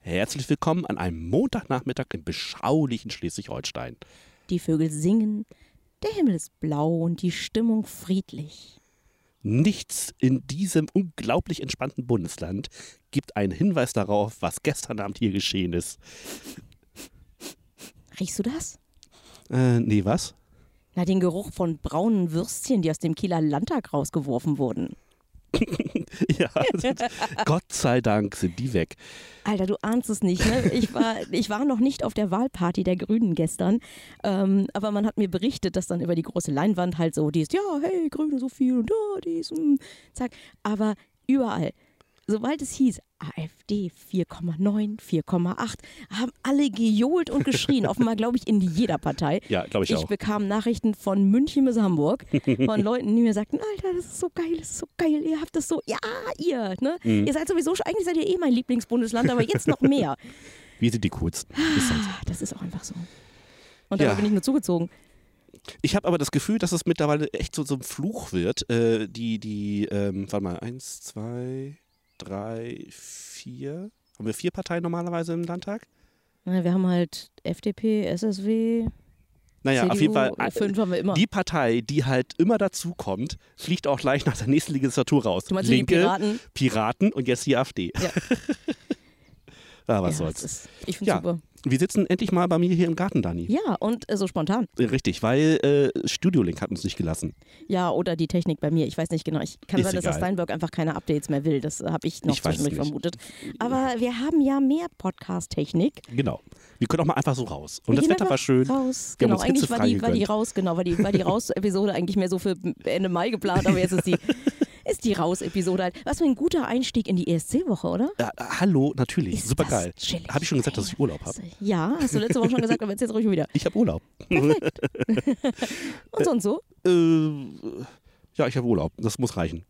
Herzlich willkommen an einem Montagnachmittag im beschaulichen Schleswig-Holstein. Die Vögel singen, der Himmel ist blau und die Stimmung friedlich. Nichts in diesem unglaublich entspannten Bundesland gibt einen Hinweis darauf, was gestern Abend hier geschehen ist. Riechst du das? Äh, nee, was? Na, den Geruch von braunen Würstchen, die aus dem Kieler Landtag rausgeworfen wurden. Ja, Gott sei Dank sind die weg. Alter, du ahnst es nicht. Ne? Ich, war, ich war noch nicht auf der Wahlparty der Grünen gestern, ähm, aber man hat mir berichtet, dass dann über die große Leinwand halt so die ist, ja, hey, Grüne so viel und ja, die ist, mm, zack. Aber überall, sobald es hieß, AfD 4,9, 4,8, haben alle gejohlt und geschrien. Offenbar, glaube ich, in jeder Partei. Ja, glaube ich, Ich auch. bekam Nachrichten von München bis Hamburg von Leuten, die mir sagten, Alter, das ist so geil, das ist so geil, ihr habt das so, ja, ihr, ne? Mhm. Ihr seid sowieso, schon- eigentlich seid ihr eh mein Lieblingsbundesland, aber jetzt noch mehr. Wir sind die coolsten. Ist halt so. Ah, das ist auch einfach so. Und Ja. dabei bin ich nur zugezogen. Ich habe aber das Gefühl, dass es mittlerweile echt so, so ein Fluch wird. Äh, die, die, ähm, warte mal, eins, zwei, drei, vier. Haben wir vier Parteien normalerweise im Landtag? Na, wir haben halt FDP, SSW, Naja, CDU, auf jeden Fall. äh, fünf haben wir immer. Die Partei, die halt immer dazukommt, fliegt auch gleich nach der nächsten Legislatur raus. du meinst die Linke, Piraten? Piraten und jetzt die AfD. Ja. Na, was ja, das soll's. Ist, ich finde Ja. super. Wir sitzen endlich mal bei mir hier im Garten, Dani. Ja, und äh, so spontan. Äh, Richtig, weil äh, Studiolink hat uns nicht gelassen. Ja, oder die Technik bei mir. Ich weiß nicht genau. Ich kann Ist sein, dass egal. das Steinberg einfach keine Updates mehr will. Das habe ich noch Ich weiß es zwischendurch nicht. vermutet. Aber wir haben ja mehr Podcast-Technik. Genau. Wir können auch mal einfach so raus. Und Wir das gehen Wetter einfach war schön. Raus. Wir haben Genau, uns eigentlich hitzefrei war die, war die gegönnt. raus, genau, war die, war die Raus-Episode eigentlich mehr so für Ende Mai geplant, aber jetzt ist die, ist die Raus-Episode halt. Was für ein guter Einstieg in die ESC-Woche, oder? Ja, Äh, hallo, natürlich. Ist Super das geil. chillig. Habe ich schon gesagt, dass ich Urlaub habe? Also, ja, hast du letzte Woche schon gesagt, aber jetzt, jetzt ruhig wieder. Ich habe Urlaub. Und sonst so? Äh, ja, ich habe Urlaub. Das muss reichen.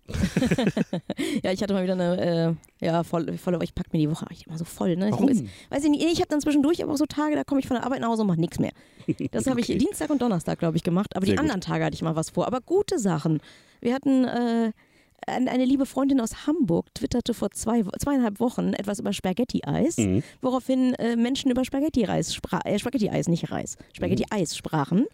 Ja, ich hatte mal wieder eine, äh, ja, voll, voll, aber ich pack mir die Woche eigentlich immer so voll. Ne? Ich Warum? Muss, weiß ich nicht, ich habe dann zwischendurch aber auch so Tage, da komme ich von der Arbeit nach Hause und mache nichts mehr. Das habe ich Okay. Dienstag und Donnerstag, glaube ich, gemacht. Aber Sehr die gut. anderen Tage hatte ich mal was vor. Aber gute Sachen. Wir hatten äh, ein- eine liebe Freundin aus Hamburg twitterte vor zwei, zweieinhalb Wochen etwas über Spaghetti-Eis, Mhm. woraufhin äh, Menschen über Spaghetti-Reis spra äh, Spaghetti-Eis, nicht Reis, Spaghetti-Eis sprachen.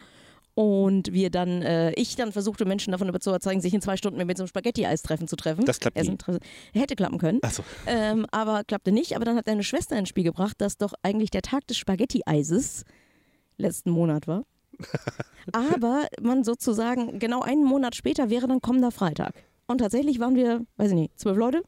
Und wir dann, äh, ich dann versuchte, Menschen davon zu überzeugen, sich in zwei Stunden mit mir zum Spaghetti-Eis-Treffen zu treffen. Das klappt nie. Essen, Tre- Hätte klappen können. Achso. Ähm, aber klappte nicht. Aber dann hat deine Schwester ins Spiel gebracht, dass doch eigentlich der Tag des Spaghetti-Eises letzten Monat war. aber man sozusagen genau einen Monat später wäre dann kommender Freitag. Und tatsächlich waren wir, weiß ich nicht, zwölf Leute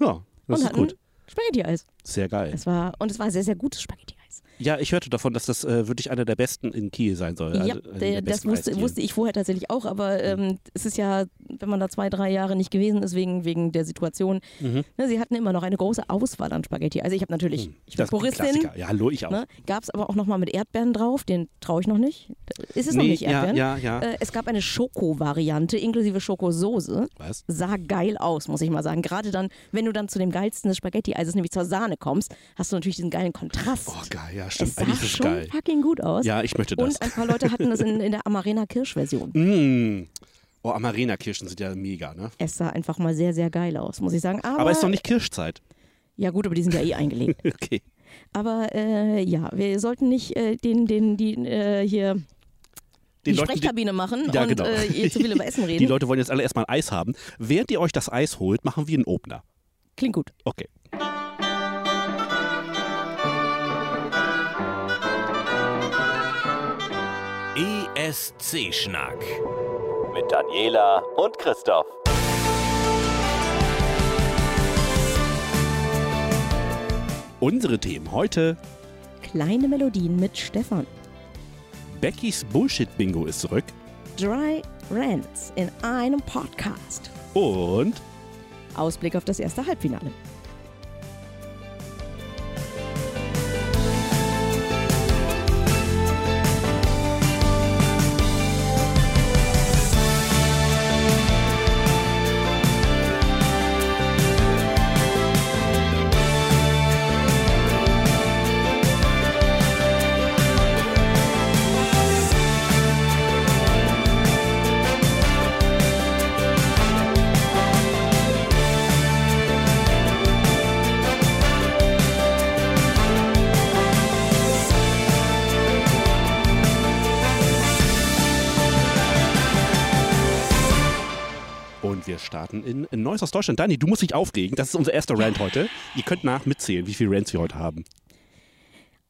Ja, das und ist hatten gut. Spaghetti-Eis. Sehr geil. Es war, und es war sehr, sehr gutes Spaghetti-Eis. Ja, ich hörte davon, dass das äh, wirklich einer der besten in Kiel sein soll. Ja, Also, einer der, der das besten wusste, Eisdielen. wusste ich vorher tatsächlich auch, aber ähm, es ist ja, wenn man da zwei, drei Jahre nicht gewesen ist, wegen, wegen der Situation, Mhm. ne, sie hatten immer noch eine große Auswahl an Spaghetti. Also ich habe natürlich, ich bin Hm, Das ist ein Puristin, Klassiker. Ja, hallo, ich auch. ne, gab es aber auch nochmal mit Erdbeeren drauf, den traue ich noch nicht. Ist es noch Nee, nicht ja, Erdbeeren? ja, ja. Äh, es gab eine Schoko-Variante inklusive Schokosoße. Was? Sah geil aus, muss ich mal sagen. Gerade dann, wenn du dann zu dem geilsten des Spaghetti-Eises, nämlich zur Sahne kommst, hast du natürlich diesen geilen Kontrast. Oh, geil. Ja, es stimmt. sah Eigentlich ist es schon geil. fucking gut aus. Ja, ich möchte das. Und ein paar Leute hatten das in, in der Amarena Kirsch-Version. Mm. Oh, Amarena-Kirschen sind ja mega, ne? Es sah einfach mal sehr, sehr geil aus, muss ich sagen. Aber, Aber es ist noch nicht Kirschzeit. Ja, gut, aber die sind ja eh eingelegt. Okay. Aber äh, ja, wir sollten nicht äh, den, den, die äh, hier Den die Leuten, die- Sprechkabine machen ja, und genau. äh, ihr zu viel über Essen Die reden. Leute wollen jetzt alle erstmal ein Eis haben. Während ihr euch das Eis holt, machen wir einen Opener. Klingt gut. Okay. ESC-Schnack. Mit Daniela und Christoph. Unsere Themen heute: Kleine Melodien mit Stefan. Beckys Bullshit-Bingo ist zurück Dry Rants in einem Podcast. und Ausblick auf das erste Halbfinale. wir starten in Neues aus Deutschland. Dani, du musst dich aufregen. Das ist unser erster Rant heute. Ihr könnt nach mitzählen, wie viele Rants wir heute haben.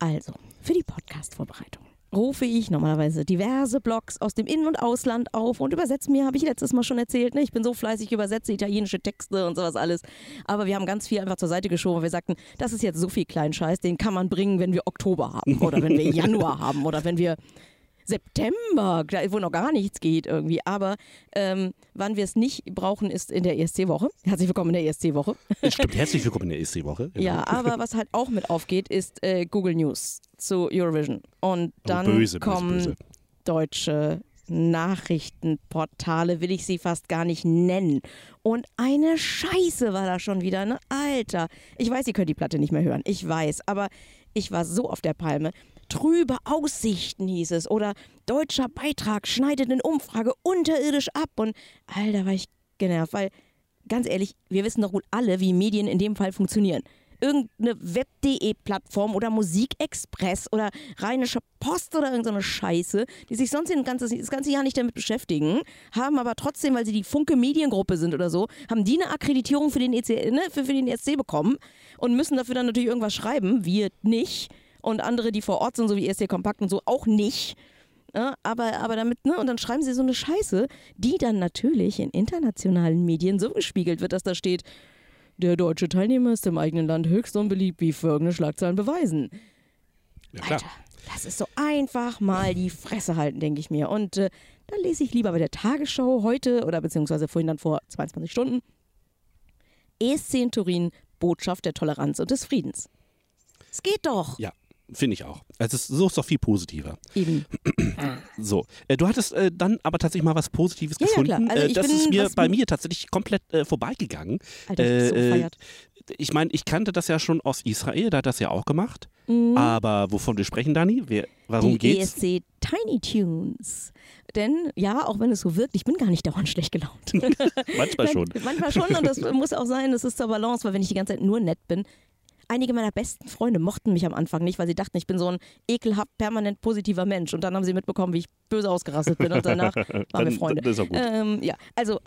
Also, für die Podcast-Vorbereitung rufe ich normalerweise diverse Blogs aus dem In- und Ausland auf und übersetze mir, habe ich letztes Mal schon erzählt, ne? ich bin so fleißig, übersetze italienische Texte und sowas alles. Aber wir haben ganz viel einfach zur Seite geschoben, weil wir sagten, das ist jetzt so viel Kleinscheiß, den kann man bringen, wenn wir Oktober haben oder wenn wir Januar haben oder wenn wir September, da- wo noch gar nichts geht irgendwie. Aber ähm, wann wir es nicht brauchen, ist in der E ESC-Woche. Herzlich willkommen in der E ESC-Woche. Stimmt, herzlich willkommen in der ESC-Woche. Genau. Ja, aber was halt auch mit aufgeht, ist äh, Google News zu Eurovision. Und dann oh, böse, kommen böse, böse. deutsche Nachrichtenportale, will ich sie fast gar nicht nennen. Und eine Scheiße war da schon wieder, ne? Alter. Ich weiß, ihr könnt die Platte nicht mehr hören. Ich weiß, aber ich war so auf der Palme. Trübe Aussichten hieß es. Oder deutscher Beitrag schneidet in Umfrage unterirdisch ab. Und Alter, war ich genervt, weil ganz ehrlich, wir wissen doch wohl alle, wie Medien in dem Fall funktionieren. Irgendeine Web.de-Plattform oder Musikexpress oder Rheinische Post oder irgendeine Scheiße, die sich sonst den ganzes, das ganze Jahr nicht damit beschäftigen, haben aber trotzdem, weil sie die Funke Mediengruppe sind oder so, haben die eine Akkreditierung für den, EC, ne, für, für den ESC bekommen und müssen dafür dann natürlich irgendwas schreiben. Wir nicht. Und andere, die vor Ort sind, so wie ESC Kompakt und so, auch nicht. Ja, aber, aber damit, ne? Und dann schreiben sie so eine Scheiße, die dann natürlich in internationalen Medien so gespiegelt wird, dass da steht, der deutsche Teilnehmer ist im eigenen Land höchst unbeliebt, wie folgende Schlagzeilen beweisen. Ja, klar. Alter, das ist so einfach mal die Fresse halten, denke ich mir. Und äh, dann lese ich lieber bei der Tagesschau heute oder beziehungsweise vorhin dann vor 22 Stunden. ESC in Turin, Botschaft der Toleranz und des Friedens. Es geht doch. Ja, finde ich auch. Also es ist, so ist doch viel positiver. Eben. So, äh, du hattest äh, dann aber tatsächlich mal was Positives Ja, ja, gefunden. klar. Also äh, ich das bin ist mir was- bei mir tatsächlich komplett äh, vorbeigegangen. Alter, ich bin so Äh, äh, feiert. Ich meine, ich kannte das ja schon aus Israel, da hat das ja auch gemacht. Mhm. Aber wovon wir sprechen, Dani? Wer, warum die geht's? ESC E Tiny Tunes. Denn ja, auch wenn es so wirkt, ich bin gar nicht dauernd schlecht gelaunt. Manchmal schon. Manchmal schon und das muss auch sein, das ist zur Balance, weil wenn ich die ganze Zeit nur nett bin, einige meiner besten Freunde mochten mich am Anfang nicht, weil sie dachten, ich bin so ein ekelhaft permanent positiver Mensch und dann haben sie mitbekommen, wie ich böse ausgerastet bin und danach waren Dann- wir Freunde. dann ist auch gut. Ähm, ja, also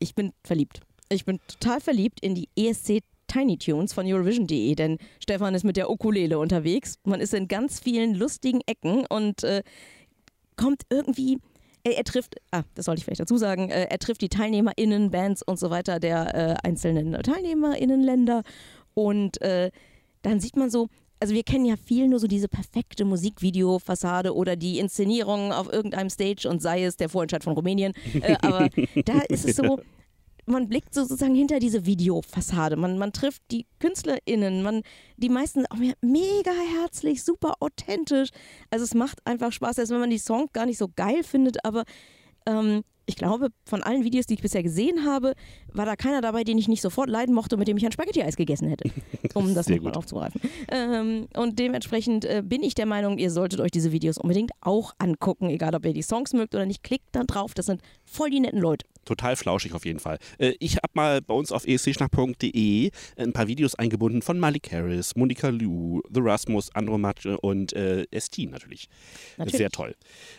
ich bin verliebt. Ich bin total verliebt in die ESC Tiny Tunes von Eurovision.de, E, denn Stefan ist mit der Ukulele unterwegs. Man ist in ganz vielen lustigen Ecken und äh, kommt irgendwie. Er, er trifft, ah, das sollte ich vielleicht dazu sagen, äh, er trifft die TeilnehmerInnen, Bands und so weiter der äh, einzelnen TeilnehmerInnenländer. Und äh, dann sieht man so, also wir kennen ja viel nur so diese perfekte Musikvideo-Fassade oder die Inszenierung auf irgendeinem Stage und sei es der Vorentscheid von Rumänien. Äh, aber da ist es so, man blickt so sozusagen hinter diese Videofassade. Man, man trifft die KünstlerInnen, man, die meisten sind auch me- mega herzlich, super authentisch. Also es macht einfach Spaß, selbst wenn man die Song gar nicht so geil findet, aber ähm, ich glaube, von allen Videos, die ich bisher gesehen habe, war da keiner dabei, den ich nicht sofort leiden mochte, mit dem ich ein Spaghetti-Eis gegessen hätte. Um das Sehr nochmal gut. aufzugreifen. Ähm, und dementsprechend äh, bin ich der Meinung, ihr solltet euch diese Videos unbedingt auch angucken, egal ob ihr die Songs mögt oder nicht. Klickt da drauf, das sind voll die netten Leute. Total flauschig auf jeden Fall. Äh, ich habe mal bei uns auf escschnack.de äh, ein paar Videos eingebunden von Malik Harris, Monika Liu, The Rasmus, Andro Matsche und äh, ST natürlich. Natürlich. Sehr toll.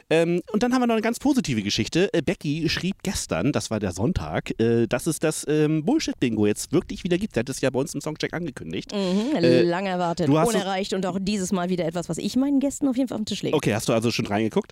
Ähm, und dann haben wir noch eine ganz positive Geschichte. Äh, Becky schrieb gestern, das war der Sonntag, äh, dass es das ähm, Bullshit-Bingo jetzt wirklich wieder gibt. Sie hat es ja bei uns im Songcheck angekündigt. Mhm, lange erwartet, Äh, du hast es- unerreicht und auch dieses Mal wieder etwas, was ich meinen Gästen auf jeden Fall auf den Tisch lege. Okay, hast du also schon reingeguckt?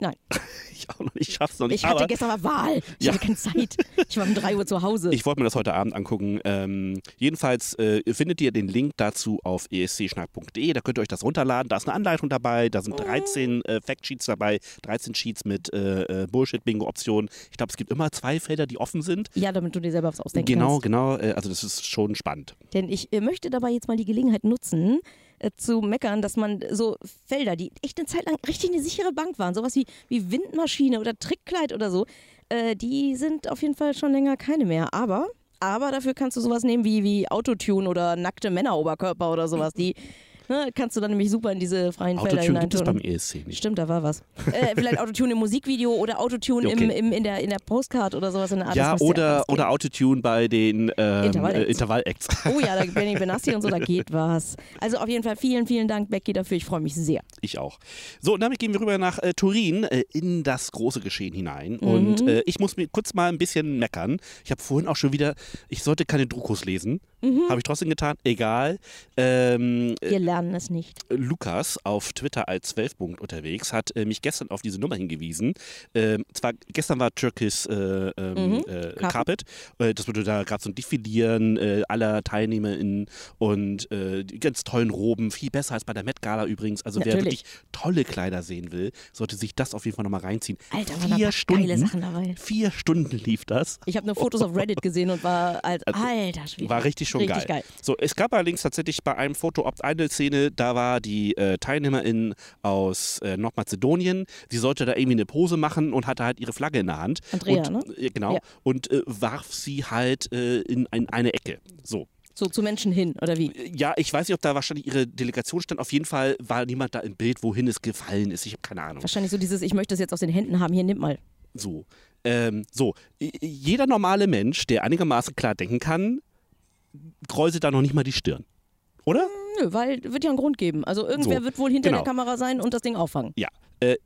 Nein, Ich auch noch nicht, ich schaff's noch nicht. ich hatte aber- gestern mal Wahl. Ich Ja. hatte keine Zeit. Ich war um 3 Uhr zu Hause. Ich wollte mir das heute Abend angucken. Ähm, jedenfalls äh, findet ihr den Link dazu auf escschnack.de. Da könnt ihr euch das runterladen. Da ist eine Anleitung dabei. Da sind 13 äh, Factsheets dabei. 13 Sheets mit äh, äh, Bullshit-Bingo-Optionen. Ich glaube, es gibt immer zwei Felder, die offen sind. ja, damit du dir selber was ausdenken Genau, kannst. genau. Äh, also das ist schon spannend. Denn ich äh, möchte dabei jetzt mal die Gelegenheit nutzen, äh, zu meckern, dass man so Felder, die echt eine Zeit lang richtig eine sichere Bank waren, sowas wie, wie Windmaschine oder Trickkleid oder so, äh, die sind auf jeden Fall schon länger keine mehr. Aber, aber dafür kannst du sowas nehmen wie, wie Autotune oder nackte Männeroberkörper oder sowas, die Ne, kannst du dann nämlich super in diese freien Felder Autotune gibt es hineintun. beim ESC nicht. Stimmt, da war was. äh, vielleicht Autotune im Musikvideo oder Autotune im, Okay. im, in, der, in der Postcard oder sowas in der Art. Ja, Ah, Das müsste oder, alles gehen. oder Autotune bei den ähm, Intervall-Acts. äh, Intervall-Acts. Oh ja, da Benny Benassi und so, da geht was. Also auf jeden Fall vielen, vielen Dank, Becky, dafür. Ich freue mich sehr. Ich auch. So, und damit gehen wir rüber nach äh, Turin, äh, in das große Geschehen hinein. Und äh, ich muss mir kurz mal ein bisschen meckern. Ich habe vorhin auch schon wieder, ich sollte keine Druckos lesen. Habe ich trotzdem getan, egal. Ähm, Wir lernen es nicht. Lukas auf Twitter als Zwölfpunkt unterwegs hat äh, mich gestern auf diese Nummer hingewiesen. Ähm, zwar gestern war Türkis äh, Mhm. ähm, äh, Carpet. Äh, das bedeutet, da gab es so ein Defilieren äh, aller TeilnehmerInnen und äh, die ganz tollen Roben, viel besser als bei der Met Gala übrigens. Also wer Natürlich. wirklich tolle Kleider sehen will, sollte sich das auf jeden Fall nochmal reinziehen. Alter, waren da vier aber geile Sachen dabei. Vier Stunden lief das. Ich habe nur Fotos auf Reddit gesehen und war halt, alter Schwede. Also, War richtig schon richtig geil. geil. So, es gab allerdings tatsächlich bei einem Foto opt eine Szene, da war die äh, Teilnehmerin aus äh, Nordmazedonien. Sie sollte da irgendwie eine Pose machen und hatte halt ihre Flagge in der Hand. Andrea, und, ne? äh, Genau. Ja. Und äh, warf sie halt äh, in, ein, eine Ecke. So. So zu Menschen hin, oder wie? Äh, Ja, ich weiß nicht, ob da wahrscheinlich ihre Delegation stand. Auf jeden Fall war niemand da im Bild, wohin es gefallen ist. Ich habe keine Ahnung. Wahrscheinlich so dieses, ich möchte es jetzt aus den Händen haben, hier nimm mal. So. Ähm, so. I- Jeder normale Mensch, der einigermaßen klar denken kann, kräuselt da noch nicht mal die Stirn. Oder? Nö, weil wird ja einen Grund geben. Also irgendwer So, wird wohl hinter genau. der Kamera sein und das Ding auffangen. Ja. Äh,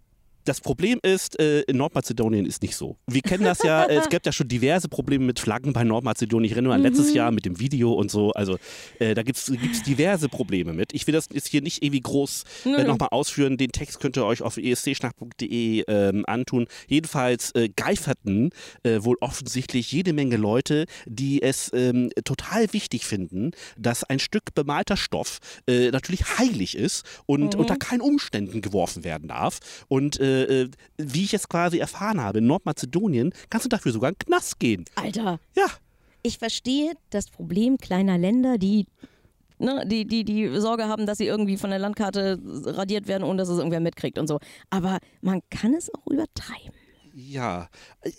das Problem ist, äh, in Nordmazedonien ist nicht so. Wir kennen das ja, äh, es gibt ja schon diverse Probleme mit Flaggen bei Nordmazedonien. Ich erinnere an letztes Jahr mit dem Video und so. Also äh, da gibt es diverse Probleme mit. Ich will das jetzt hier nicht irgendwie groß äh, nochmal ausführen. Den Text könnt ihr euch auf escschnack.de ähm, antun. Jedenfalls äh, geiferten äh, wohl offensichtlich jede Menge Leute, die es ähm, total wichtig finden, dass ein Stück bemalter Stoff äh, natürlich heilig ist und unter keinen Umständen geworfen werden darf. Und äh, äh, wie ich es quasi erfahren habe, in Nordmazedonien kannst du dafür sogar in den Knast gehen. Alter, Ja. ich verstehe das Problem kleiner Länder, die, ne, die, die, die Sorge haben, dass sie irgendwie von der Landkarte radiert werden, ohne dass es irgendwer mitkriegt und so. Aber man kann es auch übertreiben. Ja. Äh,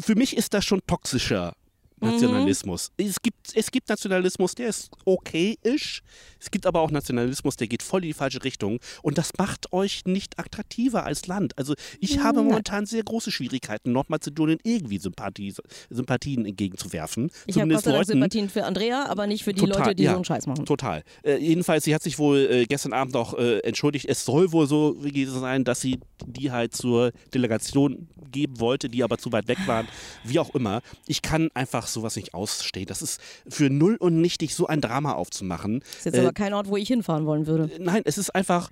Für mich ist das schon toxischer Nationalismus. Mhm. Es, gibt, es gibt Nationalismus, der ist okay-ish. Es gibt aber auch Nationalismus, der geht voll in die falsche Richtung. Und das macht euch nicht attraktiver als Land. Also ich Mhm. habe momentan sehr große Schwierigkeiten, Nordmazedonien irgendwie Sympathie, Sympathien entgegenzuwerfen. Ich habe Gott sei Dank Sympathien für Andrea, aber nicht für die Leute, die ja, so einen Scheiß machen. Total. Äh, jedenfalls, sie hat sich wohl äh, gestern Abend auch äh, entschuldigt. Es soll wohl so gewesen sein, dass sie die halt zur Delegation geben wollte, die aber zu weit weg waren. Wie auch immer. Ich kann einfach sowas nicht ausstehen. Das ist für null und nichtig, so ein Drama aufzumachen. Ist jetzt aber kein Ort, wo ich hinfahren wollen würde. Nein, es ist einfach.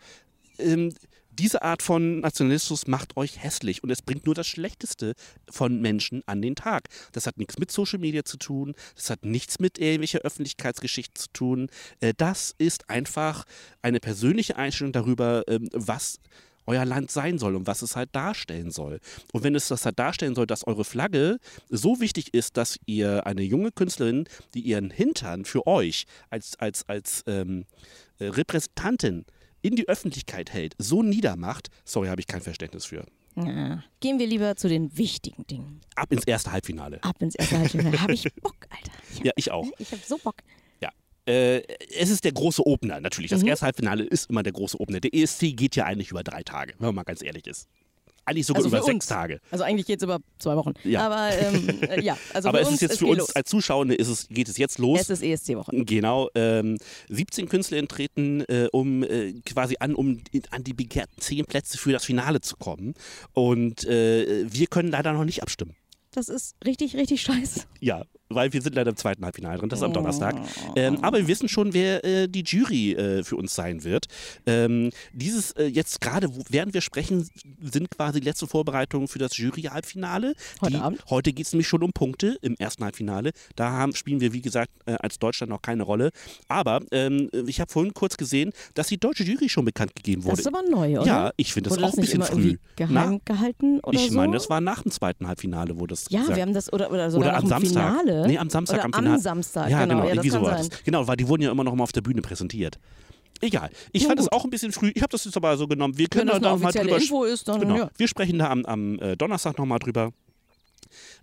Ähm, diese Art von Nationalismus macht euch hässlich und es bringt nur das Schlechteste von Menschen an den Tag. Das hat nichts mit Social Media zu tun, das hat nichts mit irgendwelcher Öffentlichkeitsgeschichte zu tun. Äh, das ist einfach eine persönliche Einstellung darüber, ähm, was euer Land sein soll und was es halt darstellen soll. Und wenn es das halt darstellen soll, dass eure Flagge so wichtig ist, dass ihr eine junge Künstlerin, die ihren Hintern für euch als, als, als ähm, äh, Repräsentantin in die Öffentlichkeit hält, so niedermacht, sorry, habe ich kein Verständnis für. Ja. Gehen wir lieber zu den wichtigen Dingen. Ab ins erste Halbfinale. Ab ins erste Halbfinale. Habe ich Bock, Alter. Ich hab, Ja, ich auch. ich hab so Bock. Ja. Äh, es ist der große Opener, natürlich. Mhm. Das erste Halbfinale ist immer der große Opener. Der ESC geht ja eigentlich über drei Tage, wenn man mal ganz ehrlich ist. Eigentlich sogar Also über für sechs uns. Tage. Also eigentlich geht es über zwei Wochen. Ja. Aber ähm, äh, ja, also Aber für es uns ist jetzt für geht uns los. als Zuschauende ist es, geht es jetzt los. es ist E ESC-Woche. Genau, ähm, 17 Künstlerinnen treten äh, um, äh, quasi an, um in- an die begehrten 10 Plätze für das Finale zu kommen. Und äh, wir können leider noch nicht abstimmen. Das ist richtig, richtig scheiße. Ja, weil wir sind leider im zweiten Halbfinale drin, das ist am Donnerstag. Oh. Ähm, aber wir wissen schon, wer äh, die Jury äh, für uns sein wird. Ähm, dieses äh, jetzt gerade, wo- während wir sprechen, sind quasi die letzte Vorbereitungen für das Jury-Halbfinale. Heute die, Abend? Heute geht es nämlich schon um Punkte im ersten Halbfinale. Da haben, spielen wir, wie gesagt, äh, als Deutschland noch keine Rolle. Aber ähm, ich habe vorhin kurz gesehen, dass die deutsche Jury schon bekannt gegeben wurde. Das ist aber neu, oder? ja, ich finde das Wurde auch ein nicht bisschen immer früh. irgendwie geheim gehalten Na, oder ich so? meine, das war nach dem zweiten Halbfinale, wo das ja, gesagt wir haben das, oder, oder sogar oder nach am dem Samstag. Finale. Nee, am Samstag oder am Finale. Am Samstag, ja, genau. genau ja, das irgendwie kann so war sein. das. Genau, weil die wurden ja immer noch mal auf der Bühne präsentiert. Egal. Ich Nun fand es gut. auch ein bisschen früh. Ich habe das jetzt aber so genommen. Wir können Wenn das Genau, da eine noch mal offizielle drüber sch- Info ist, dann Genau. ja. Wir sprechen da am, am äh, Donnerstag nochmal drüber.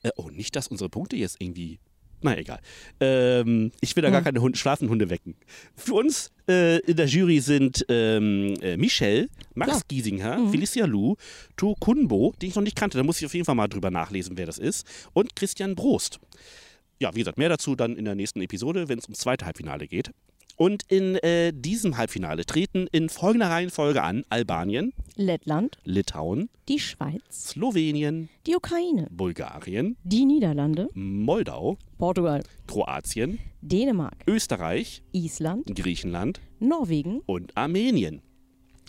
Äh, oh, nicht, dass unsere Punkte jetzt irgendwie. Na egal. Ähm, ich will da gar keine Hunde, schlafenden Hunde wecken. Für uns äh, in der Jury sind ähm, äh, Michelle, Max Klar. Giesinger, Felicia Lu, To Kunbo, den ich noch nicht kannte. Da muss ich auf jeden Fall mal drüber nachlesen, wer das ist. Und Christian Brost. Ja, wie gesagt, mehr dazu dann in der nächsten Episode, wenn es ums zweite Halbfinale geht. Und in äh, diesem Halbfinale treten in folgender Reihenfolge an Albanien, Lettland, Litauen, die Schweiz, Slowenien, die Ukraine, Bulgarien, die Niederlande, Moldau, Portugal, Kroatien, Dänemark, Österreich, Island, Griechenland Norwegen. und Armenien.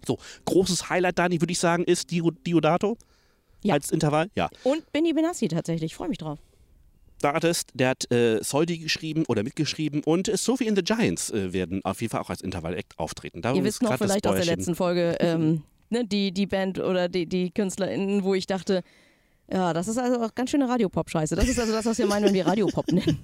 So, großes Highlight, Dani, würde ich sagen, ist Dio- Diodato Ja. als Intervall. Ja, Und Benny Benassi tatsächlich, freue mich drauf. da hat es, der hat äh, Soldi geschrieben oder mitgeschrieben und äh, Sophie and the Giants äh, werden auf jeden Fall auch als Intervall-Act auftreten. Da Ihr ist wisst noch grad das vielleicht aus der Bäuerchen. letzten Folge, ähm, ne, die, die Band oder die, die KünstlerInnen, wo ich dachte, ja, das ist also auch ganz schöne Radiopop-Scheiße. Das ist also das, was wir meinen, wenn wir Radiopop nennen.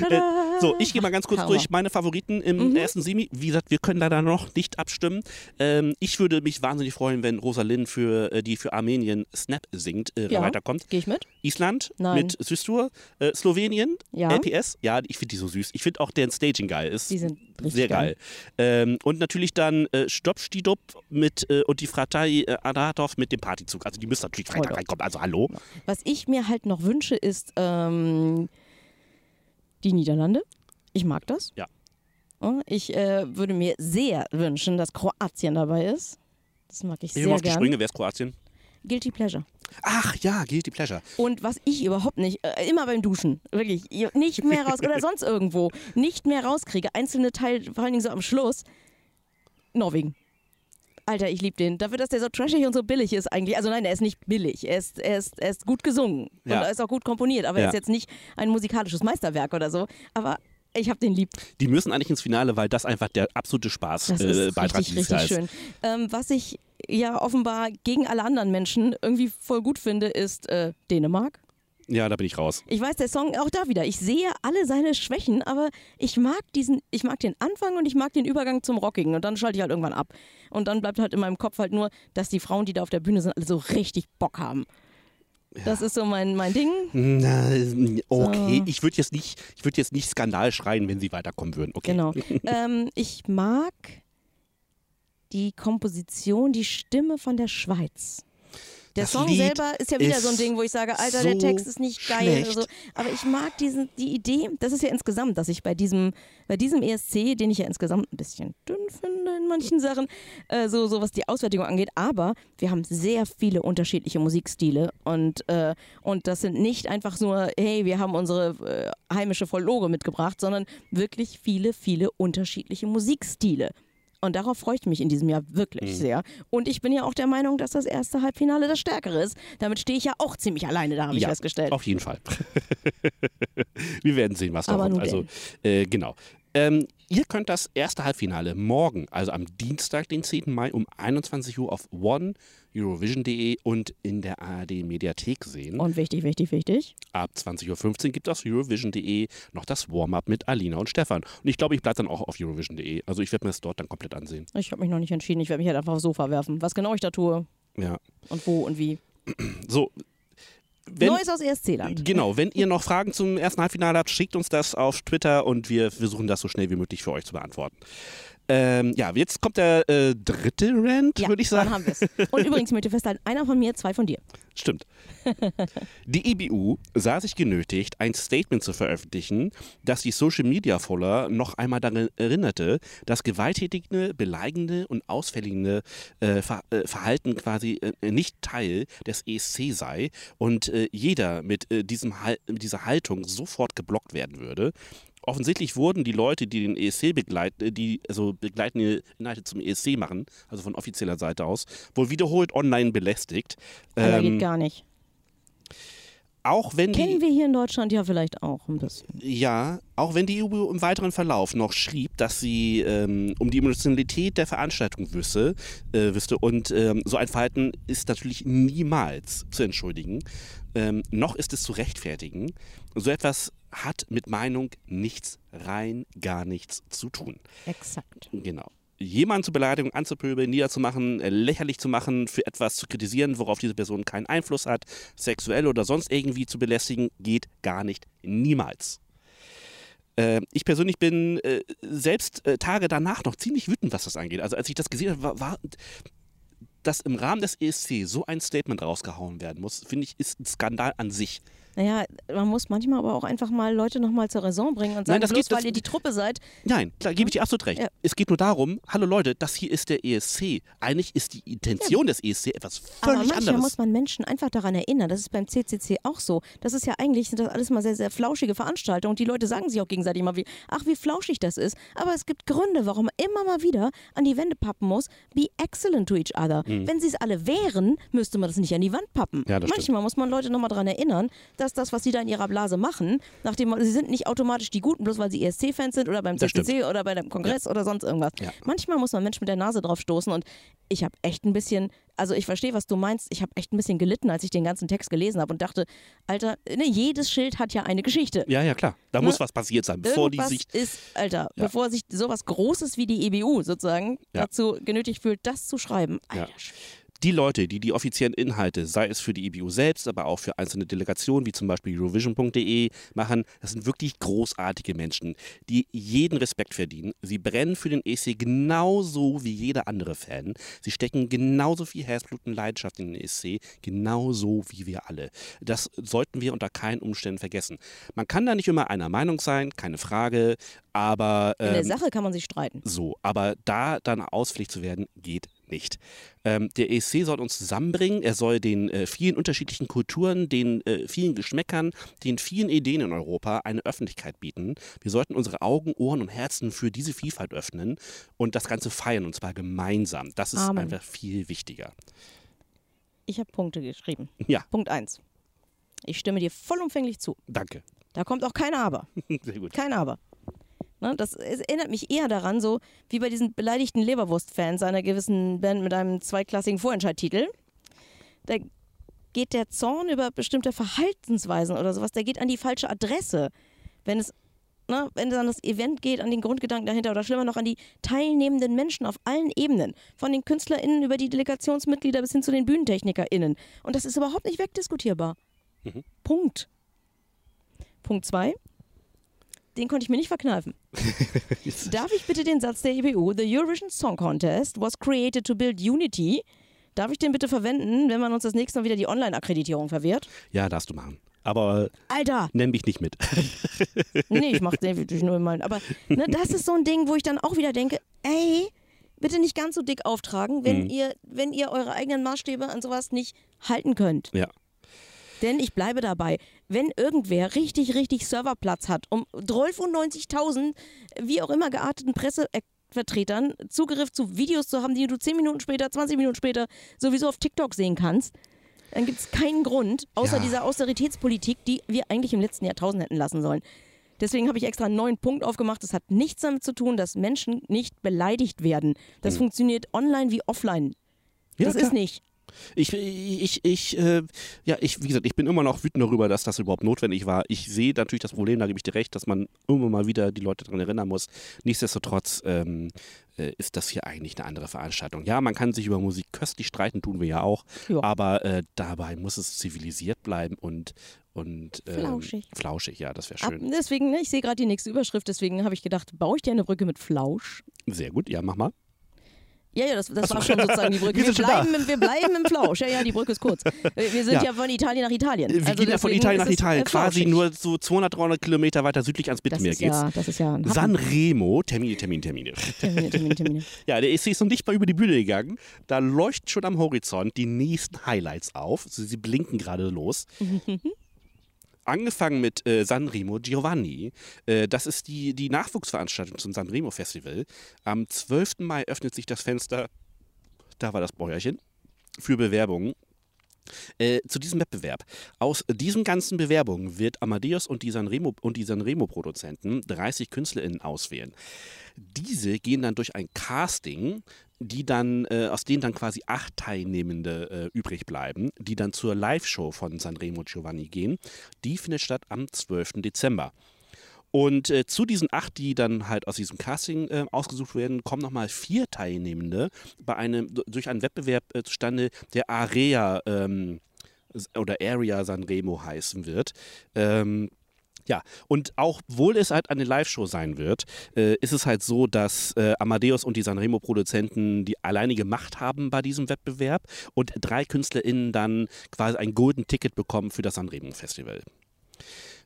Tada! So, ich gehe mal ganz kurz Hammer. durch meine Favoriten Mhm. im ersten Semi. Wie gesagt, wir können leider noch nicht abstimmen. Ähm, ich würde mich wahnsinnig freuen, wenn Rosalind, für, äh, die für Armenien Snap singt, äh, Ja. weiterkommt. Gehe ich mit? Island Nein. mit Süßtour, äh, Slowenien, Ja. LPS. Ja, ich finde die so süß. Ich finde auch deren Staging geil. Ist Die sind richtig sehr geil. geil. Ähm, und natürlich dann äh, Stopstidup mit äh, und die Fratei äh, Anatov mit dem Partyzug. Also die müssen natürlich Freitag Voll doch. reinkommen. Also hallo. Was ich mir halt noch wünsche, ist ähm, die Niederlande. Ich mag das. Ja. Oh, Ich äh, würde mir sehr wünschen, dass Kroatien dabei ist. Das mag ich Ich sehr auf die gerne. Sprünge, wer ist Kroatien? Guilty Pleasure. Ach ja, Guilty Pleasure. Und was ich überhaupt nicht, äh, immer beim Duschen, wirklich, ihr- nicht mehr raus oder sonst irgendwo, nicht mehr rauskriege, einzelne Teile, vor allen Dingen so am Schluss, Norwegen. Alter, ich liebe den. Dafür, dass der so trashig und so billig ist eigentlich. Also nein, er ist nicht billig. Er ist, er ist, er ist gut gesungen und Ja. er ist auch gut komponiert, aber Ja. er ist jetzt nicht ein musikalisches Meisterwerk oder so. Aber ich habe den lieb. Die müssen eigentlich ins Finale, weil das einfach der absolute Spaß Das äh, ist Beitrag richtig, dieses Jahr richtig ist. schön. Ähm, was ich ja offenbar gegen alle anderen Menschen irgendwie voll gut finde, ist äh, Dänemark. Ja, da bin ich raus. Ich weiß, der Song auch da wieder. Ich sehe alle seine Schwächen, aber ich mag diesen, ich mag den Anfang und ich mag den Übergang zum Rockigen und dann schalte ich halt irgendwann ab. Und dann bleibt halt in meinem Kopf halt nur, dass die Frauen, die da auf der Bühne sind, alle so richtig Bock haben. Das ist so mein, mein Ding. Na, okay, ich würde jetzt nicht, ich würde jetzt nicht Skandal schreien, wenn sie weiterkommen würden. Okay. Genau. ähm, ich mag die Komposition, die Stimme von der Schweiz. Der Das Song Lied selber ist ja wieder so ein ist Ding, wo ich sage, Alter, so der Text ist nicht geil. schlecht. Oder so. Also, Aber ich mag diesen, die Idee, das ist ja insgesamt, dass ich bei diesem, bei diesem ESC, den ich ja insgesamt ein bisschen dünn finde in manchen Sachen, äh, so, so was die Auswertung angeht, aber wir haben sehr viele unterschiedliche Musikstile und, äh, und das sind nicht einfach nur, hey, wir haben unsere äh, heimische Folloge mitgebracht, sondern wirklich viele, viele unterschiedliche Musikstile. Und darauf freue ich mich in diesem Jahr wirklich sehr. Und ich bin ja auch der Meinung, dass das erste Halbfinale das stärkere ist. Damit stehe ich ja auch ziemlich alleine da, habe ich festgestellt. Auf jeden Fall. Wir werden sehen, was da Aber kommt. nun Also, äh, genau. Ähm, ihr könnt das erste Halbfinale morgen, also am Dienstag, den 10. Mai um 21 Uhr auf one Eurovision.de und in der ARD Mediathek sehen. Und wichtig, wichtig, wichtig. Ab 20.15 Uhr gibt es auf Eurovision.de noch das Warm-up mit Alina und Stefan. Und ich glaube, ich bleibe dann auch auf Eurovision.de. Also ich werde mir das dort dann komplett ansehen. Ich habe mich noch nicht entschieden. Ich werde mich halt einfach aufs Sofa werfen. Was genau ich da tue Ja. und wo und wie. So. Wenn, Neues aus E ESC-Land. Genau, wenn ihr noch Fragen zum ersten Halbfinale habt, schickt uns das auf Twitter und wir versuchen das so schnell wie möglich für euch zu beantworten. Ähm, ja, jetzt kommt der äh, dritte Rant, Ja, würde ich dann sagen. haben wir es. Und übrigens möchte ich festhalten, einer von mir, zwei von dir. Stimmt. Die EBU sah sich genötigt, ein Statement zu veröffentlichen, das die Social-Media-Follower noch einmal daran erinnerte, dass gewalttätige, beleidigende und ausfälligende äh, Ver äh, Verhalten quasi äh, nicht Teil des ESC sei und äh, jeder mit äh, diesem Hal mit dieser Haltung sofort geblockt werden würde. Offensichtlich wurden die Leute, die den ESC begleiten, äh, die also begleitende Inhalte zum ESC machen, also von offizieller Seite aus, wohl wiederholt online belästigt. Einer Ähm, geht gar nicht. auch wenn Kennen die, wir hier in Deutschland ja vielleicht auch ein bisschen. ja, auch wenn die EU im weiteren Verlauf noch schrieb, dass sie ähm, um die Emotionalität der Veranstaltung wüsste, äh, wüsste und ähm, so ein Verhalten ist natürlich niemals zu entschuldigen, ähm, noch ist es zu rechtfertigen. So etwas hat mit Meinung nichts, rein gar nichts zu tun. Exakt. Genau. jemanden zu beleidigen, anzupöbeln, niederzumachen, äh, lächerlich zu machen, für etwas zu kritisieren, worauf diese Person keinen Einfluss hat, sexuell oder sonst irgendwie zu belästigen, geht gar nicht. Niemals. Äh, ich persönlich bin äh, selbst äh, Tage danach noch ziemlich wütend, was das angeht. Also als ich das gesehen habe, war, war dass im Rahmen des ESC so ein Statement rausgehauen werden muss, finde ich, ist ein Skandal an sich. Naja, man muss manchmal aber auch einfach mal Leute nochmal zur Raison bringen und sagen, das bloß geht- das- weil ihr die Truppe seid, Nein, da gebe ich dir absolut recht. Ja. Es geht nur darum, hallo Leute, das hier ist der ESC. Eigentlich ist die Intention des ESC etwas Aber völlig manchmal anderes. muss man Menschen einfach daran erinnern. Das ist beim CCC auch so. Das ist ja eigentlich, sind das alles mal sehr, sehr flauschige Veranstaltungen. Die Leute sagen sich auch gegenseitig mal, wie, ach, wie flauschig das ist. Aber es gibt Gründe, warum man immer mal wieder an die Wände pappen muss. Be excellent to each other. Wenn sie es alle wären, müsste man das nicht an die Wand pappen. Mhm. Ja, das stimmt. manchmal muss man Leute nochmal daran erinnern, dass das, was sie da in ihrer Blase machen, nachdem sie sind nicht automatisch die Guten, bloß weil sie E ESC-Fans sind oder beim Das CCC oder bei einem Kongress oder sonst irgendwas. Ja. Manchmal muss man Menschen mit der Nase drauf stoßen und ich habe echt ein bisschen, also ich verstehe, was du meinst, ich habe echt ein bisschen gelitten, als ich den ganzen Text gelesen habe und dachte, Alter, ne, jedes Schild hat ja eine Geschichte. Ja, ja, klar. Da muss was passiert sein, bevor die Ne? Irgendwas sich. ist, Alter, Ja. bevor sich sowas Großes wie die EBU sozusagen Ja. dazu genötigt fühlt, das zu schreiben. Ja. Alter, Schwede. Die Leute, die die offiziellen Inhalte, sei es für die IBU selbst, aber auch für einzelne Delegationen, wie zum Beispiel Eurovision.de, E machen, das sind wirklich großartige Menschen, die jeden Respekt verdienen. Sie brennen für den ESC genauso wie jeder andere Fan. Sie stecken genauso viel Herzblut und Leidenschaft in den ESC, genauso wie wir alle. Das sollten wir unter keinen Umständen vergessen. Man kann da nicht immer einer Meinung sein, keine Frage, aber. In der ähm, Sache kann man sich streiten. so, aber da dann ausfällig zu werden, geht nicht. Ähm, der ESC soll uns zusammenbringen, er soll den äh, vielen unterschiedlichen Kulturen, den äh, vielen Geschmäckern, den vielen Ideen in Europa eine Öffentlichkeit bieten. Wir sollten unsere Augen, Ohren und Herzen für diese Vielfalt öffnen und das Ganze feiern, und zwar gemeinsam. Das ist Amen. einfach viel wichtiger. Ich habe Punkte geschrieben. Ja, Punkt 1. Ich stimme dir vollumfänglich zu. danke. Da kommt auch kein Aber. Sehr gut. Kein Aber. Ne, das es erinnert mich eher daran, so wie bei diesen beleidigten Leberwurst-Fans einer gewissen Band mit einem zweiklassigen Vorentscheidtitel. Da geht der Zorn über bestimmte Verhaltensweisen oder sowas, der geht an die falsche Adresse. Wenn es, ne, wenn es an das Event geht, an den Grundgedanken dahinter oder schlimmer noch an die teilnehmenden Menschen auf allen Ebenen. Von den KünstlerInnen über die Delegationsmitglieder bis hin zu den BühnentechnikerInnen. Und das ist überhaupt nicht wegdiskutierbar. Punkt. Punkt zwei den konnte ich mir nicht verkneifen. Darf ich bitte den Satz der EBU, The Eurovision Song Contest was created to build unity, darf ich den bitte verwenden, wenn man uns das nächste Mal wieder die Online-Akkreditierung verwehrt? Ja, darfst du machen. Aber Alter, nenn mich nicht mit. nee, ich mach definitiv nur in meinen. Aber ne, das ist so ein Ding, wo ich dann auch wieder denke, ey, bitte nicht ganz so dick auftragen, wenn, ihr, wenn ihr eure eigenen Maßstäbe an sowas nicht halten könnt. ja. Denn ich bleibe dabei, wenn irgendwer richtig, richtig Serverplatz hat, um 12.090.000, wie auch immer gearteten Pressevertretern Zugriff zu Videos zu haben, die du 10 Minuten später, 20 Minuten später sowieso auf TikTok sehen kannst, dann gibt es keinen Grund, außer Ja. dieser Austeritätspolitik, die wir eigentlich im letzten Jahrtausend hätten lassen sollen. Deswegen habe ich extra einen neuen Punkt aufgemacht. Das hat nichts damit zu tun, dass Menschen nicht beleidigt werden. Das funktioniert online wie offline. Hm. Ja, das klar. ist nicht. Ich, ich, ich, äh, ja, ich, wie gesagt, ich bin immer noch wütend darüber, dass das überhaupt notwendig war. Ich sehe natürlich das Problem, da gebe ich dir recht, dass man immer mal wieder die Leute daran erinnern muss. Nichtsdestotrotz ähm, äh, ist das hier eigentlich eine andere Veranstaltung. Ja, man kann sich über Musik köstlich streiten, tun wir ja auch, Ja. aber äh, dabei muss es zivilisiert bleiben und, und ähm, Flauschig. Flauschig, ja, das wäre Ab, schön. deswegen, ne, ich sehe gerade die nächste Überschrift, deswegen habe ich gedacht, baue ich dir eine Brücke mit Flausch? Sehr gut, ja, mach mal. Ja, ja, das, das war schon sozusagen die Brücke. Wir Wir, sind schon da. bleiben, im, wir bleiben im Flausch. Ja, ja, die Brücke ist kurz. Wir wir sind Ja. ja, von Italien nach Italien. Äh, Wir Also gehen ja von deswegen Italien ist nach es, Italien, äh, quasi flauschig. nur so 200, 300 Kilometer weiter südlich ans das Mittelmeer ist geht's. ja, das ist ja ein Happen. Sanremo, Termine, Termine, Termine. Termine, Termine, Termine. Ja, der ESC ist noch nicht mal über die Bühne gegangen. Da leuchten schon am Horizont die nächsten Highlights auf. Sie, sie blinken gerade los. Angefangen mit äh, Sanremo Giovanni. Äh, das ist die, die Nachwuchsveranstaltung zum Sanremo Festival. Am 12. Mai öffnet sich das Fenster. Da war das Bäuerchen. Für Bewerbungen. Äh, zu diesem Wettbewerb. Aus diesen ganzen Bewerbungen wird Amadeus und die Sanremo und die Sanremo-Produzenten 30 KünstlerInnen auswählen. Diese gehen dann durch ein Casting, die dann, äh, aus denen dann quasi acht Teilnehmende äh, übrig bleiben, die dann zur Live-Show von Sanremo Giovanni gehen. Die findet statt am 12. Dezember. Und äh, zu diesen acht, die dann halt aus diesem Casting äh, ausgesucht werden, kommen nochmal vier Teilnehmende bei einem, durch einen Wettbewerb äh, zustande, der Area ähm, oder Area Sanremo heißen wird. Ähm, ja, und auch obwohl es halt eine Live-Show sein wird, äh, ist es halt so, dass äh, Amadeus und die Sanremo-Produzenten die alleinige Macht haben bei diesem Wettbewerb und drei KünstlerInnen dann quasi ein Golden Ticket bekommen für das Sanremo-Festival.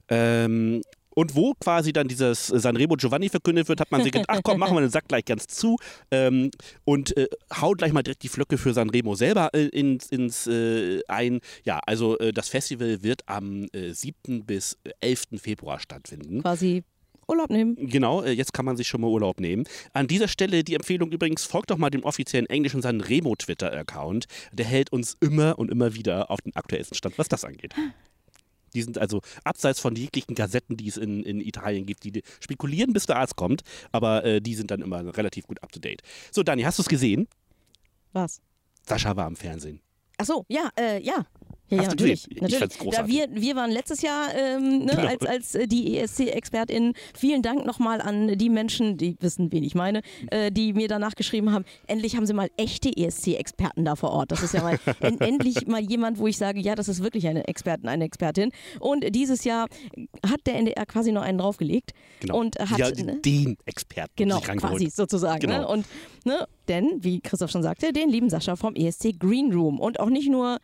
Ähm, und wo quasi dann dieses Sanremo Giovanni verkündet wird, hat man sich gedacht, ach komm, machen wir den Sack gleich ganz zu ähm, und äh, haut gleich mal direkt die Flöcke für Sanremo selber äh, ins, ins äh, ein. Ja, also äh, das Festival wird am äh, 7. bis 11. Februar stattfinden. Quasi Urlaub nehmen. Genau, äh, jetzt kann man sich schon mal Urlaub nehmen. An dieser Stelle die Empfehlung übrigens, folgt doch mal dem offiziellen englischen Sanremo-Twitter-Account. Der hält uns immer und immer wieder auf den aktuellsten Stand, was das angeht. Die sind also abseits von jeglichen Gazetten, die es in, in Italien gibt, die spekulieren, bis der Arzt kommt, aber äh, die sind dann immer relativ gut up to date. So, Dani, hast du es gesehen? Was? Sascha war am Fernsehen. Ach so, ja, äh, ja. Ja, Hast ja, du natürlich. gesehen? Ich fand's natürlich. großartig. Da wir, wir waren letztes Jahr ähm, ne, Genau. als, als äh, die ESC-ExpertInnen. Vielen Dank nochmal an die Menschen, die wissen, wen ich meine, äh, die mir danach geschrieben haben, endlich haben sie mal echte ESC-Experten da vor Ort. Das ist ja mal en endlich mal jemand, wo ich sage, ja, das ist wirklich eine Expertin, eine Expertin. Und dieses Jahr hat der NDR quasi noch einen draufgelegt. Genau. Und hat, ja, ne, den Experten Genau, sich rangeholt. quasi sozusagen. Ne? Genau. Und ne, denn, wie Christoph schon sagte, den lieben Sascha vom ESC Green Room. Und auch nicht nur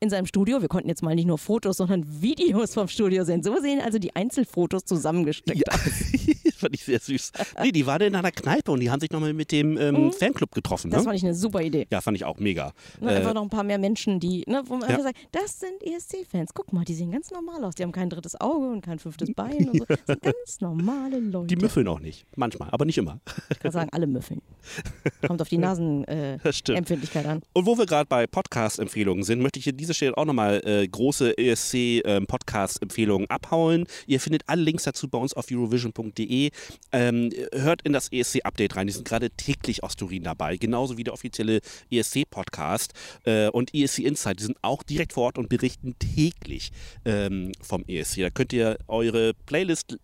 in seinem Studio. Wir konnten jetzt mal nicht nur Fotos, sondern Videos vom Studio sehen. So sehen also die Einzelfotos zusammengesteckt. Ja, fand ich sehr süß. Nee, die waren in einer Kneipe und die haben sich nochmal mit dem ähm, Fanclub getroffen. Mhm. Das Ne? fand ich eine super Idee. Ja, fand ich auch mega. Ne, einfach noch ein paar mehr Menschen, die, ne, wo man Ja. einfach sagt, das sind ESC-Fans. Guck mal, die sehen ganz normal aus. Die haben kein drittes Auge und kein fünftes Bein. Und so. Das sind ganz normale Leute. Äh, die müffeln auch nicht. Manchmal, aber nicht immer. Ich kann sagen, alle müffeln. Kommt auf die Das stimmt. Nasenempfindlichkeit an. Und wo wir gerade bei Podcast-Empfehlungen sind, möchte ich an dieser Stelle auch nochmal äh, große ESC-Podcast-Empfehlungen ähm, abhauen. Ihr findet alle Links dazu bei uns auf eurovision.de. Ähm, hört in das ESC-Update rein. Die sind gerade täglich aus Turin dabei, genauso wie der offizielle E ESC-Podcast äh, und ESC Insight. Die sind auch direkt vor Ort und berichten täglich ähm, vom ESC. Da könnt ihr eure Playlist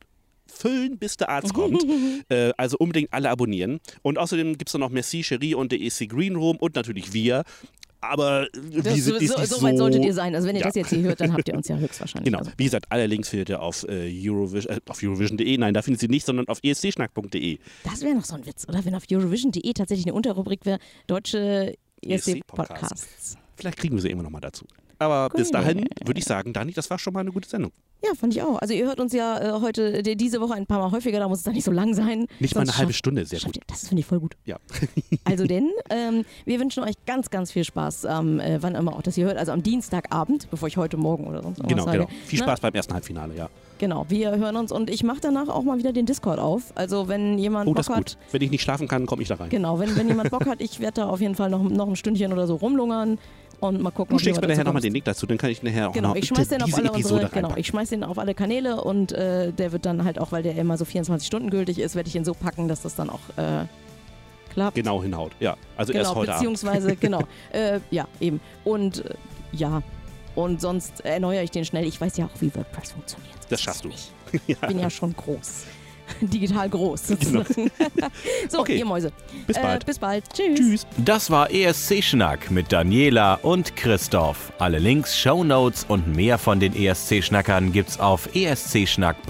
füllen, bis der Arzt kommt. äh, also unbedingt alle abonnieren. Und außerdem gibt es dann noch Merci Cherie und der EC Green Room und natürlich wir. Aber Das, wie so, sind, ist so, nicht so weit solltet ihr sein. Also wenn ihr Ja. das jetzt hier hört, dann habt ihr uns ja höchstwahrscheinlich. Genau. Also, Wie gesagt, alle Links findet ihr auf, äh, Eurovision, äh, auf Eurovision.de. Nein, da findet ihr sie nicht, sondern auf E escschnack.de. das wäre noch so ein Witz, oder? Wenn auf Eurovision.de tatsächlich eine Unterrubrik wäre, deutsche E E ESC-Podcasts. Vielleicht kriegen wir sie irgendwann nochmal dazu. Aber Cool. bis dahin würde ich sagen, Dani, das war schon mal eine gute Sendung. Ja, fand ich auch. Also ihr hört uns ja äh, heute, die- diese Woche ein paar Mal häufiger, da muss es dann nicht so lang sein. Nicht mal Sonst eine halbe schafft- Stunde, sehr schafft gut. ihr- Das finde ich voll gut. Ja. Genau, Also denn, ähm, wir wünschen euch ganz, ganz viel Spaß, ähm, äh, wann immer auch das ihr hört. Also am Dienstagabend, bevor ich heute Morgen oder sonst Genau, irgendwas sage. genau. Viel Ne? Spaß beim ersten Halbfinale, ja. Genau, wir hören uns und ich mache danach auch mal wieder den Discord auf. Also wenn jemand Oh, Bock das ist gut. hat, Wenn ich nicht schlafen kann, komme ich da rein. Genau, wenn, wenn jemand Bock hat, ich werde da auf jeden Fall noch, noch ein Stündchen oder so rumlungern und mal gucken, Du ob schickst mir jemand nachher dazu nochmal den kommt. Link dazu, dann kann ich nachher auch Genau, noch ich schmeiß den auf diese alle Episode unsere, genau, reinpacken. ich schmeiß den auf alle Kanäle und äh, der wird dann halt auch, weil der immer so 24 Stunden gültig ist, werde ich ihn so packen, dass das dann auch äh, klappt. genau hinhaut. Ja, also genau erst heute Abend. beziehungsweise, genau, äh, ja, eben. Und äh, ja, und sonst erneuere ich den schnell. Ich weiß ja auch, wie WordPress funktioniert. Das schaffst du. Ich bin ja schon groß. Digital groß sozusagen. so, Genau. Okay. ihr Mäuse. Bis bald. Äh, bis bald. Tschüss. Das war ESC Schnack mit Daniela und Christoph. Alle Links, E Show Notes und mehr von den ESC Schnackern gibt's auf escschnack.de.